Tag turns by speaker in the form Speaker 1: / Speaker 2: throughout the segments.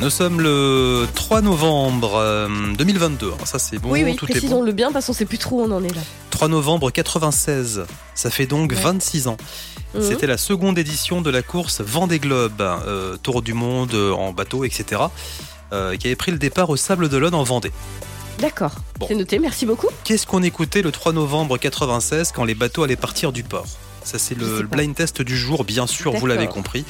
Speaker 1: Nous sommes le 3 novembre euh, 2022. hein, Ça, c'est bon.
Speaker 2: oui, oui,
Speaker 1: tout est bon.
Speaker 2: précisons-le bien, parce qu'on sait plus trop où on en est là.
Speaker 1: 3 novembre 96. Ça fait donc
Speaker 2: Ouais.
Speaker 1: 26 ans.
Speaker 2: Mhm.
Speaker 1: C'était la seconde édition de la course Vendée Globe, euh, tour du monde euh, en bateau, etc. euh, qui avait pris le départ au Sable d'Olonne en Vendée.
Speaker 2: D'accord,
Speaker 1: Bon.
Speaker 2: c'est noté, merci beaucoup.
Speaker 1: Qu'est-ce qu'on écoutait le 3 novembre 96 quand les bateaux allaient partir du port ça, c'est
Speaker 2: Je sais
Speaker 1: le
Speaker 2: pas.
Speaker 1: le blind test du jour, bien sûr, vous
Speaker 2: D'accord.
Speaker 1: l'avez compris.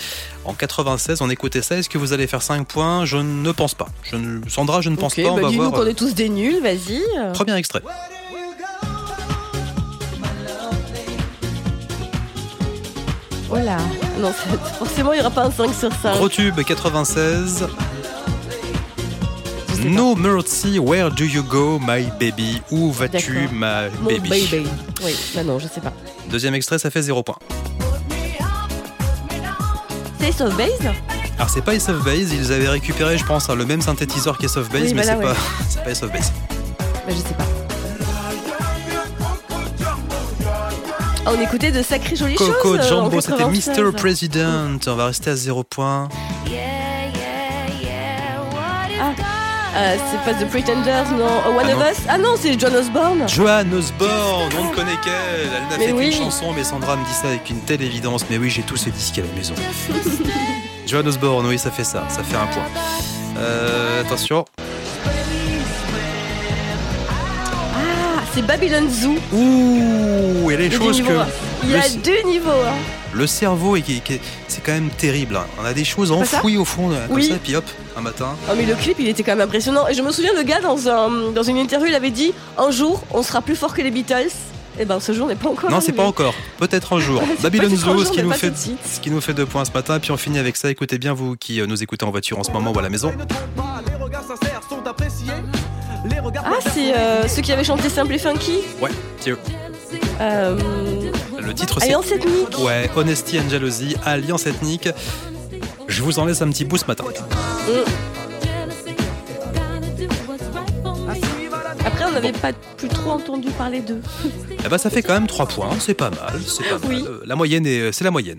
Speaker 1: En 96, on écoutait ça. Est-ce que vous allez faire 5 points Je ne pense pas. Je ne... Sandra, je ne pense
Speaker 2: Ok,
Speaker 1: pas. On
Speaker 2: bah
Speaker 1: va
Speaker 2: dis-nous
Speaker 1: voir. euh,
Speaker 2: qu'on est tous des nuls, vas-y. euh,
Speaker 1: Premier extrait.
Speaker 2: Voilà. Non, c'est- forcément, il n'y aura pas un 5 sur 5.
Speaker 1: Gros tube 96.
Speaker 2: Je sais pas.
Speaker 1: No Mercy, Where Do You Go, My Baby Où vas-tu,
Speaker 2: D'accord.
Speaker 1: ma
Speaker 2: Mon
Speaker 1: baby.
Speaker 2: Oui, bah non, je sais pas.
Speaker 1: Deuxième extrait, ça fait 0 points.
Speaker 2: C'est Soft Base Bah,
Speaker 1: Alors, c'est pas Ace of Base, ils avaient récupéré, je pense, hein, le même synthétiseur qu'Ace of Base,
Speaker 2: Oui,
Speaker 1: mais
Speaker 2: voilà,
Speaker 1: c'est pas, c'est pas Ace of Base.
Speaker 2: Bah, je sais pas. Ah, on écoutait de sacrées jolies
Speaker 1: Coco
Speaker 2: choses. euh, en
Speaker 1: Jumbo, c'était
Speaker 2: 96.
Speaker 1: Mr. President. On va rester à 0 points.
Speaker 2: Euh, c'est pas The Pretenders, non. Oh, One
Speaker 1: Ah,
Speaker 2: of
Speaker 1: non.
Speaker 2: Us. Ah non, c'est John Osborne.
Speaker 1: Joanne Osborne, on ne connaît qu'elle. Elle n'a
Speaker 2: Mais
Speaker 1: fait
Speaker 2: oui.
Speaker 1: qu'une chanson, mais Sandra me dit ça avec une telle évidence. Mais oui, j'ai tous ces disques à la maison. Joanne Osborne, oui, ça fait ça. Ça fait un point. Euh, attention.
Speaker 2: Ah, c'est Babylon Zoo.
Speaker 1: Ouh, il y a des
Speaker 2: Il y a
Speaker 1: choses
Speaker 2: des
Speaker 1: que.
Speaker 2: niveaux, hein. Il y a
Speaker 1: le-
Speaker 2: deux niveaux. hein.
Speaker 1: Le cerveau, est- qui- qui- c'est quand même terrible. hein. On a des choses
Speaker 2: ça
Speaker 1: enfouies au fond, là, comme
Speaker 2: Oui.
Speaker 1: ça, et puis hop, un matin.
Speaker 2: Oh, mais le clip, il était quand même impressionnant. Et je me souviens, le gars, dans, un, dans une interview, il avait dit Un jour, on sera plus fort que les Beatles. Et ben, ce jour n'est pas encore.
Speaker 1: non, c'est
Speaker 2: arrivé.
Speaker 1: pas encore. Peut-être un jour.
Speaker 2: C'est
Speaker 1: Babylon
Speaker 2: peut-être un
Speaker 1: Zoo,
Speaker 2: jour,
Speaker 1: ce qui
Speaker 2: mais
Speaker 1: nous
Speaker 2: pas
Speaker 1: fait.
Speaker 2: tout de suite.
Speaker 1: Ce qui nous fait deux points ce matin, et puis on finit avec ça. Écoutez bien, vous qui euh, nous écoutez en voiture en ce moment ou à la maison.
Speaker 2: Ah, c'est euh, ceux qui avaient chanté Simple et Funky.
Speaker 1: Ouais, c'est eux.
Speaker 2: Euh,
Speaker 1: le titre c'est.
Speaker 2: Alliance ethnique.
Speaker 1: Ouais, Honesty and Jealousy, Alliance ethnique. Je vous en laisse un petit bout ce matin.
Speaker 2: Après, on n'avait pas plus trop entendu parler d'eux.
Speaker 1: Eh ben, ça fait quand même trois points, c'est pas mal, c'est pas mal.
Speaker 2: Oui.
Speaker 1: Euh, La moyenne est, c'est la moyenne.